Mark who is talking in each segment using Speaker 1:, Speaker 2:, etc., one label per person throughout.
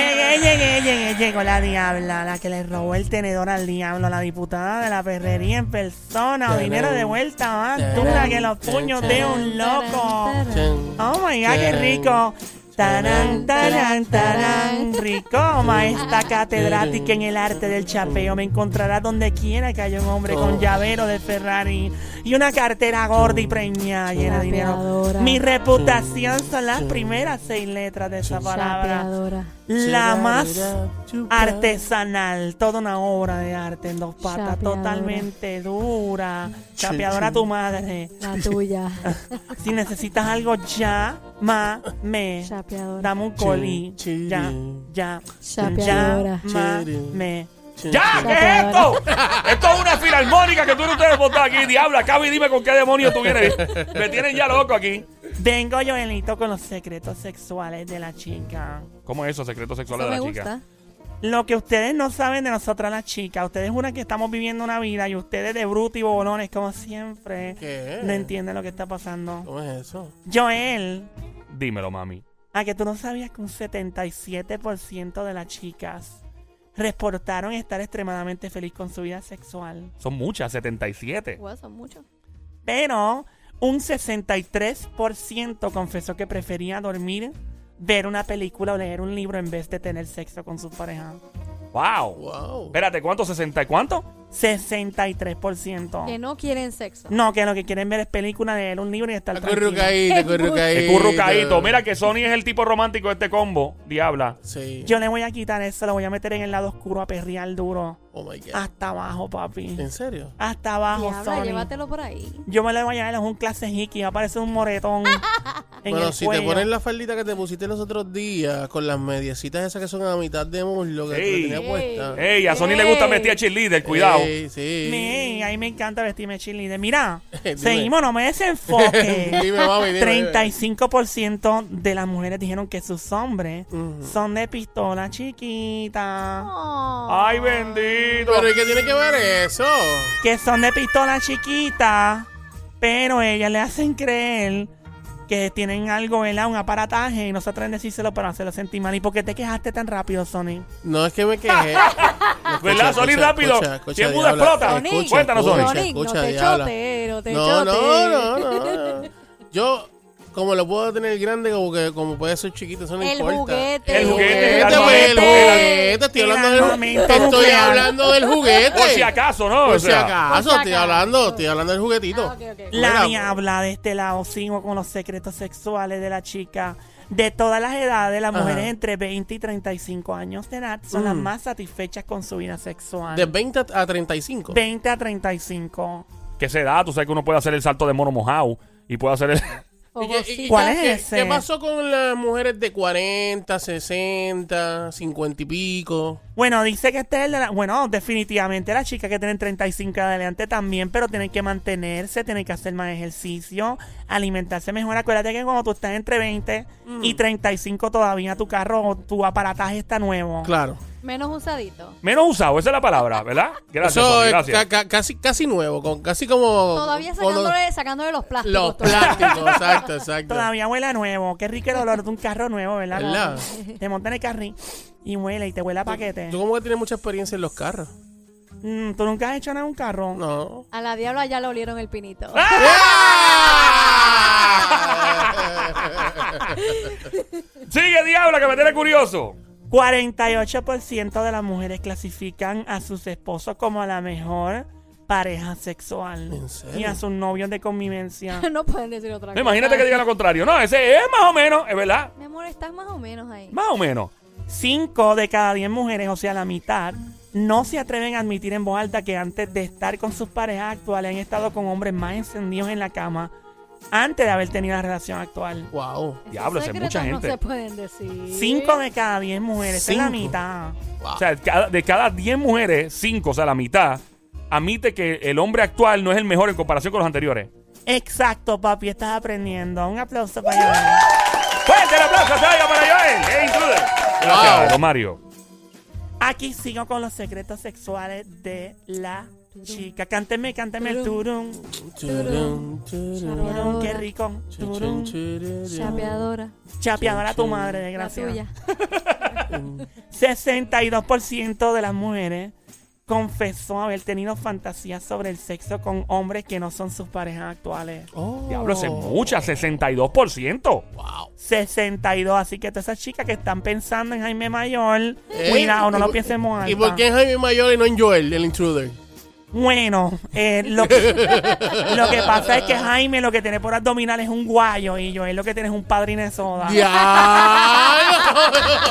Speaker 1: Llegué, llegué, llegó la diabla, la que le robó el tenedor al diablo, la diputada de la perrería en persona, dinero de vuelta, más dura que los puños de un loco. Oh my god, qué rico. Tarán, tarán, tarán, rico, maestra catedrática en el arte del chapeo. Me encontrará donde quiera que haya un hombre con llavero de Ferrari y una cartera gorda y preñada llena de dinero.
Speaker 2: Chapeadora.
Speaker 1: Mi reputación son las primeras seis letras de esa palabra.
Speaker 2: Chapeadora.
Speaker 1: La más artesanal, toda una obra de arte en dos patas,
Speaker 2: Chapeadora.
Speaker 1: totalmente dura. Chapeadora tu madre.
Speaker 2: La tuya.
Speaker 1: Si necesitas algo,
Speaker 3: Eh,
Speaker 1: llámame.
Speaker 2: Chapeadora.
Speaker 1: Dame un colín.
Speaker 4: Chiri.
Speaker 1: Ya, ya.
Speaker 2: Chapeadora.
Speaker 1: Llámame.
Speaker 4: ¡Ya! ¿Qué es esto?
Speaker 2: Chapeadora.
Speaker 4: Esto es una filarmónica que tú no ustedes montar aquí, diabla. Cabe y dime con qué demonio tú vienes. Me tienen ya loco aquí.
Speaker 1: Vengo yo con los secretos sexuales de la chica.
Speaker 4: ¿Cómo es eso, secreto sexual
Speaker 3: Eso
Speaker 4: de
Speaker 3: me
Speaker 4: la chica?
Speaker 3: gusta.
Speaker 1: Lo que ustedes no saben de nosotras las chicas, ustedes juran que estamos viviendo una vida y ustedes de bruto y bolones como siempre.
Speaker 5: ¿Qué?
Speaker 1: No entienden lo que está pasando.
Speaker 5: ¿Cómo es eso?
Speaker 1: Joel,
Speaker 4: Dímelo, mami.
Speaker 1: a que tú no sabías que un 77% de las chicas reportaron estar extremadamente feliz con su vida sexual.
Speaker 4: Son muchas, 77.
Speaker 3: Guau, son muchos.
Speaker 1: Pero un 63% confesó que prefería dormir, ver una película o leer un libro en vez de tener sexo con su pareja.
Speaker 4: ¡Wow!
Speaker 5: Wow.
Speaker 4: Espérate, ¿cuánto? ¿60 y cuánto?
Speaker 1: 63%.
Speaker 3: Que no quieren sexo.
Speaker 1: No, que lo que quieren ver es película, leer un libro y estar tranquilo.
Speaker 5: Acurrucaíto, acurrucaíto.
Speaker 4: El currucaíto. Mira que Sony es el tipo romántico de este combo. Diabla.
Speaker 5: Sí.
Speaker 1: Yo le voy a quitar eso, lo voy a meter en el lado oscuro a perrear duro.
Speaker 5: Oh my God.
Speaker 1: Hasta abajo, papi.
Speaker 5: ¿En serio?
Speaker 1: Hasta abajo,
Speaker 3: Diabla,
Speaker 1: Sony.
Speaker 3: llévatelo por ahí.
Speaker 1: Yo me lo voy a llevar, es un clase hickey, va a parecer un moretón. en
Speaker 5: Bueno,
Speaker 1: el
Speaker 5: si
Speaker 1: cuello.
Speaker 5: te pones la faldita que te pusiste los otros días, con las mediecitas esas que son a mitad de muslo que te
Speaker 4: Ey.
Speaker 5: tenía puesta.
Speaker 4: ¡Ey! A Sony le gusta
Speaker 3: Ey.
Speaker 4: vestir a cheerleader, Eh, cuidado.
Speaker 5: Ey, sí.
Speaker 1: Me, a mí me encanta vestirme cheerleader. Mira,
Speaker 5: Dime.
Speaker 1: seguimos, no me desenfoque.
Speaker 5: Dime, mami, dime.
Speaker 1: 35% de las mujeres dijeron que sus hombres son de pistola chiquita.
Speaker 3: Oh,
Speaker 4: ¡Ay, bendito!
Speaker 5: Pero ¿y qué tiene que ver eso?
Speaker 1: Que son de pistola chiquita, pero ellas le hacen creer que tienen algo, ¿verdad? Un aparataje y no se atreven a decírselo para hacerlo sentir mal. ¿Y por qué te quejaste tan rápido, Sony?
Speaker 5: No es que me quejé.
Speaker 4: ¿Verdad, Sony? Rápido. ¿Quién muda
Speaker 5: diabla,
Speaker 4: explota?
Speaker 3: Sony.
Speaker 4: Cuéntanos, Sony.
Speaker 3: Sonic,
Speaker 5: escucha,
Speaker 3: no te
Speaker 5: diabla.
Speaker 3: chotero, te
Speaker 5: No, no, no,
Speaker 3: chotero.
Speaker 5: no, no. Yo, como lo puedo tener grande, como que como puede ser chiquito, eso no
Speaker 3: El
Speaker 5: importa.
Speaker 3: juguete.
Speaker 4: El juguete,
Speaker 5: El juguete,
Speaker 4: el
Speaker 5: pues, el
Speaker 4: armamento.
Speaker 5: juguete. Estoy
Speaker 1: El
Speaker 5: hablando del
Speaker 1: armamento
Speaker 5: juguete. Estoy
Speaker 1: nuclear.
Speaker 5: hablando del juguete.
Speaker 4: Por si acaso, ¿no? O
Speaker 5: Por si
Speaker 4: sea,
Speaker 5: acaso,
Speaker 3: Por si
Speaker 5: estoy
Speaker 3: acaso.
Speaker 5: hablando, estoy hablando del
Speaker 3: Ah,
Speaker 5: juguetito.
Speaker 3: ok, ok.
Speaker 1: La
Speaker 5: Mira,
Speaker 1: diabla de este lado, sigo con los secretos sexuales de la chica. De todas las edades, las
Speaker 5: Ajá. Mm.
Speaker 1: mujeres entre 20 y 35 años de edad son las más satisfechas con su vida sexual.
Speaker 5: De 20 a 35.
Speaker 1: 20 a 35.
Speaker 4: que se da, tú sabes que uno puede hacer el salto de mono mojado y puede hacer el...
Speaker 5: ¿Y qué- y- y
Speaker 1: ¿Cuál
Speaker 5: qué-
Speaker 1: es
Speaker 5: qué-
Speaker 1: ese?
Speaker 5: ¿Qué pasó con las mujeres de 40, 60, 50 y pico?
Speaker 1: Bueno, dice que este es el de la- Bueno, definitivamente las chicas que tienen 35 adelante también, pero tienen que mantenerse, tienen que hacer más ejercicio, alimentarse mejor. Acuérdate que cuando tú estás entre 20
Speaker 5: Mm.
Speaker 1: y 35 todavía tu carro o tu aparataje está nuevo.
Speaker 5: Claro.
Speaker 3: Menos usadito.
Speaker 4: Menos usado, esa es la palabra, ¿verdad? Gracias,
Speaker 5: Eso
Speaker 4: Sony,
Speaker 5: es
Speaker 4: gracias.
Speaker 5: ca- ca- casi, casi nuevo, con, casi como...
Speaker 3: Todavía
Speaker 5: cuando-
Speaker 3: sacándole, sacándole los plásticos.
Speaker 5: Los
Speaker 3: todavía.
Speaker 5: plásticos, exacto, exacto.
Speaker 1: Todavía huele a nuevo. Qué rico el olor de un carro nuevo, ¿verdad?
Speaker 5: ¿Verdad?
Speaker 1: Te montan el carril y huele y te huele a paquete.
Speaker 5: Tú como que tienes mucha experiencia en los carros.
Speaker 1: Mm, ¿Tú nunca has hecho nada en un carro?
Speaker 5: No.
Speaker 3: A la diabla ya le olieron el pinito.
Speaker 4: Ah. Sigue, diabla, que me tiene curioso.
Speaker 1: 48% de las mujeres clasifican a sus esposos como la mejor pareja sexual.
Speaker 5: ¿En serio?
Speaker 1: Y a sus novios de convivencia.
Speaker 3: no pueden decir otra
Speaker 4: No,
Speaker 3: cosa.
Speaker 4: imagínate que digan lo contrario. No, ese es más o menos, es verdad.
Speaker 3: Mi amor, estás más o menos ahí.
Speaker 4: Más o menos.
Speaker 1: 5 de cada 10 mujeres, o sea, la mitad, no se atreven a admitir en voz alta que antes de estar con sus parejas actuales han estado con hombres más encendidos en la cama antes de haber tenido la relación actual.
Speaker 5: Wow.
Speaker 3: Esos
Speaker 4: Diablo, ese es
Speaker 3: secretos
Speaker 4: mucha gente.
Speaker 3: No se pueden decir.
Speaker 1: 5 de cada 10 mujeres, esa es la
Speaker 5: Cinco.
Speaker 1: mitad.
Speaker 4: O sea, cada- de cada 10 mujeres, 5, o sea, la mitad, admite que el hombre actual no es el mejor en comparación con los anteriores.
Speaker 1: Exacto, papi, estás aprendiendo. Un aplauso para Joel.
Speaker 4: ¡Fuerte el aplauso, traiga para Joel! ¡Eh, intruder! Gracias,
Speaker 5: Wow.
Speaker 4: don Mario.
Speaker 1: Aquí sigo con los secretos sexuales de la chica. Cánteme, cánteme el turum.
Speaker 5: Churun, churun,
Speaker 1: Turum, qué rico.
Speaker 5: churun,
Speaker 1: Turum.
Speaker 5: churun.
Speaker 3: Chapeadora.
Speaker 1: Chapeadora a tu madre,
Speaker 3: La
Speaker 1: desgraciada.
Speaker 3: tuya.
Speaker 1: 62% de las mujeres confesó haber tenido fantasías sobre el sexo con hombres que no son sus parejas actuales.
Speaker 5: Oh.
Speaker 4: Diablo, ese es mucha, 62%.
Speaker 5: Wow.
Speaker 1: 62, así que todas esas chicas que están pensando en Jaime Mayor,
Speaker 5: Eh,
Speaker 1: cuidado, no
Speaker 5: y
Speaker 1: lo
Speaker 5: por-
Speaker 1: piensemos alta.
Speaker 5: ¿Y por qué es Jaime Mayor y no en Joel, el intruder?
Speaker 1: Bueno, eh, lo, que, lo que pasa es que Jaime lo que tiene por abdominal es un guayo y yo es lo que tiene es un padrino de soda.
Speaker 5: ¡Diablo!
Speaker 4: Ah.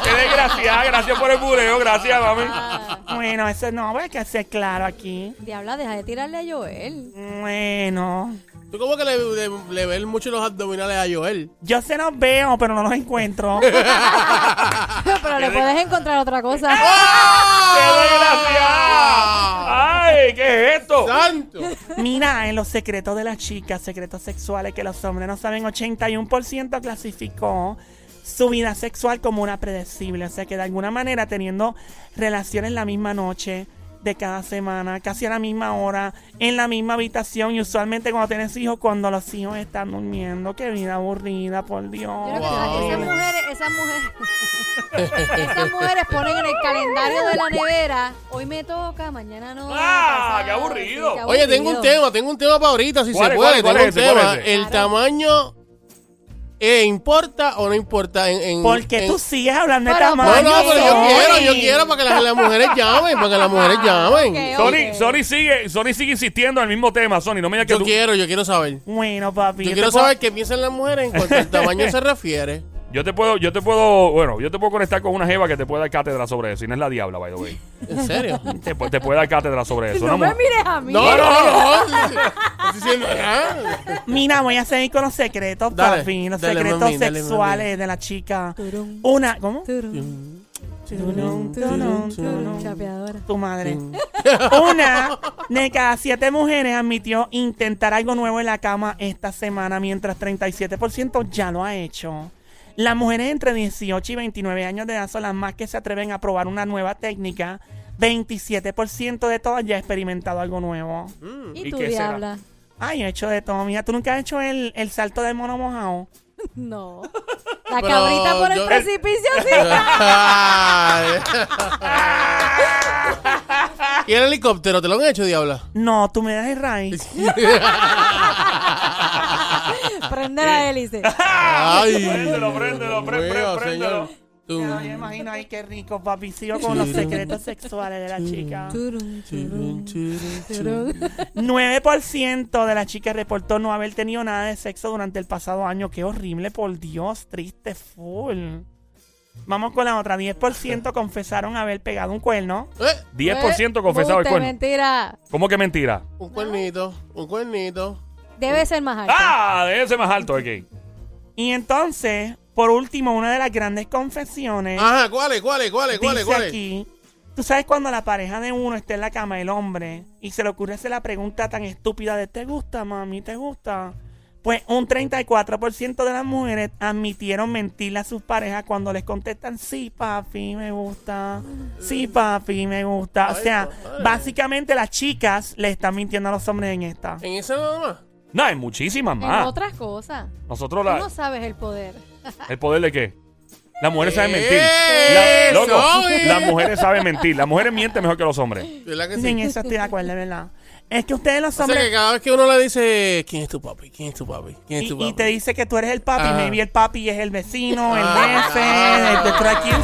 Speaker 4: Qué desgraciada, gracias por el pureo, gracias, mami.
Speaker 3: Ah,
Speaker 1: Bueno, eso no, voy a que ser claro aquí.
Speaker 3: diabla, deja de tirarle a Joel.
Speaker 1: Bueno,
Speaker 5: Tú como que le, le, le ves mucho los abdominales a Joel.
Speaker 1: yo se los veo, pero no los encuentro.
Speaker 3: Pero le puedes encontrar otra cosa.
Speaker 4: ¡Oh! ¡Ah!
Speaker 5: ¡Ah!
Speaker 4: ¡Qué desgraciada! ¡Ay, qué es esto!
Speaker 5: ¡Santo!
Speaker 1: Mira, en los secretos de las chicas, secretos sexuales que los hombres no saben, 81% clasificó su vida sexual como una predecible. O sea que de alguna manera teniendo relaciones la misma noche de cada semana, casi a la misma hora, en la misma habitación y usualmente cuando tienes hijos, cuando los hijos están durmiendo. Qué vida aburrida, por
Speaker 3: Yo
Speaker 1: Dios.
Speaker 3: creo que
Speaker 5: Wow.
Speaker 3: esas mujeres, esas mujeres, esas mujeres ponen en el calendario de la nevera, hoy me toca, mañana no.
Speaker 4: Ah,
Speaker 3: pasado,
Speaker 4: qué aburrido.
Speaker 3: qué
Speaker 5: Oye, tengo un
Speaker 3: aburrido.
Speaker 5: tema, tengo un tema para ahorita, si se
Speaker 4: ¿Cuál es,
Speaker 5: puede.
Speaker 4: cuál es,
Speaker 5: tengo
Speaker 4: cuál
Speaker 5: un
Speaker 4: es ese, cuál
Speaker 5: tema.
Speaker 4: es ese?
Speaker 5: El tamaño eh, importa o no importa en, en-
Speaker 1: Porque
Speaker 5: en-
Speaker 1: tú sigues hablando de
Speaker 3: Para-
Speaker 5: No,
Speaker 1: tamaño.
Speaker 5: no, pero yo
Speaker 1: Sony.
Speaker 5: quiero, yo quiero para que las, las mujeres llamen, para que las mujeres llamen.
Speaker 3: Ok, ok.
Speaker 4: Sony, Sony sigue, Sony sigue insistiendo en el mismo tema, Sony. No me digas que
Speaker 5: Yo
Speaker 4: tú.
Speaker 5: quiero, yo quiero saber.
Speaker 1: Bueno, papi.
Speaker 5: Yo
Speaker 1: te
Speaker 5: quiero
Speaker 1: puedo-
Speaker 5: saber qué piensan las mujeres en cuanto al tamaño se refiere.
Speaker 4: Yo te puedo, yo te puedo, bueno, yo te puedo conectar con una jeva que te puede dar cátedra sobre eso. Y no es la diabla, by the way.
Speaker 5: ¿En serio?
Speaker 4: Te, pu- te puede dar cátedra sobre eso.
Speaker 3: No me
Speaker 4: una mujer-
Speaker 3: mires a mí.
Speaker 5: No, no, no. Estoy diciendo, ah.
Speaker 1: Mira, voy a seguir con los secretos,
Speaker 5: Dale,
Speaker 1: papi. Los
Speaker 5: dale,
Speaker 1: secretos
Speaker 5: mami, dale,
Speaker 1: sexuales de la chica.
Speaker 2: Turun,
Speaker 1: Una, ¿cómo?
Speaker 2: turun,
Speaker 1: Turun, turun,
Speaker 2: turun,
Speaker 1: turun.
Speaker 2: turun, chapeadora.
Speaker 1: Tu madre. Una de cada siete mujeres admitió intentar algo nuevo en la cama esta semana, mientras 37% ya lo ha hecho. Las mujeres entre 18 y 29 años de edad son las más que se atreven a probar una nueva técnica. 27% de todas ya ha experimentado algo nuevo.
Speaker 5: ¿Mm?
Speaker 4: Hmm. ¿Y
Speaker 3: ¿Y tú,
Speaker 4: qué será?
Speaker 3: diabla?
Speaker 1: Ay, he hecho de todo, mija. ¿Tú nunca has hecho el, el salto de mono mojado?
Speaker 3: No. La
Speaker 5: Pero
Speaker 3: cabrita por el
Speaker 5: yo-
Speaker 3: precipicio, sí.
Speaker 5: Ay. ¿Y el helicóptero? ¿Te lo han hecho, diabla?
Speaker 1: No, tú me das el raíz.
Speaker 3: Prende la hélice.
Speaker 5: Ay.
Speaker 4: Préndelo, préndelo, pré- pré-
Speaker 5: Veo,
Speaker 4: préndelo.
Speaker 5: señor.
Speaker 1: Ya
Speaker 5: Tum,
Speaker 1: lo imagino, ay, qué rico, papi. Sigo con los secretos sexuales de la chica.
Speaker 2: Turun,
Speaker 5: tum,
Speaker 2: turun,
Speaker 5: tum, tum.
Speaker 2: turun.
Speaker 1: 9% de las chicas reportó no haber tenido nada de sexo durante el pasado año. Qué horrible, por Dios, triste, full. Vamos con la otra. 10% confesaron haber pegado un cuerno.
Speaker 5: Eh,
Speaker 4: 10% confesado el
Speaker 3: Embuste,
Speaker 4: cuerno.
Speaker 3: mentira.
Speaker 4: ¿Cómo que mentira?
Speaker 5: Un cuernito, un cuernito.
Speaker 3: Debe ser más alto.
Speaker 4: Ah, ese más alto, ok.
Speaker 1: Y entonces, por último, una de las grandes confesiones.
Speaker 5: Ajá, ¿cuál es? ¿Cuál es? ¿Cuál es? ¿Cuál es?
Speaker 1: dice
Speaker 5: ¿Cuál es?
Speaker 1: aquí, tú sabes cuando la pareja de uno está en la cama, el hombre, y se le ocurre hacer la pregunta tan estúpida de ¿te gusta, mami? ¿te gusta? Pues un 34% de las mujeres admitieron mentirle a sus parejas cuando les contestan sí, papi, me gusta. Sí, papi, me gusta. O
Speaker 5: Ay,
Speaker 1: sea,
Speaker 5: padre.
Speaker 1: básicamente las chicas le están mintiendo a los hombres en esta.
Speaker 5: ¿En esa nada más?
Speaker 4: No, hay muchísimas
Speaker 3: En
Speaker 4: más.
Speaker 3: otras cosas.
Speaker 4: Nosotros,
Speaker 3: Tú
Speaker 4: la-
Speaker 3: no sabes el poder.
Speaker 4: ¿el poder de qué? Las mujeres saben mentir.
Speaker 5: ¡Eh,
Speaker 4: La- loco,
Speaker 5: Zoe!
Speaker 4: las mujeres saben mentir. Las mujeres mienten mejor que los hombres.
Speaker 5: ¿Verdad que sí?
Speaker 1: En eso estoy de acuerdo, ¿verdad? Es que ustedes los
Speaker 5: O sea
Speaker 1: hombres...
Speaker 5: que cada vez que uno le dice, ¿quién es tu papi? ¿Quién es tu papi? ¿Quién es
Speaker 1: Y,
Speaker 5: tu
Speaker 1: y
Speaker 5: papi?
Speaker 1: te dice que tú eres el papi,
Speaker 5: Ajá.
Speaker 1: maybe el papi es el vecino, el
Speaker 5: Ah.
Speaker 1: jefe, el doctor, quién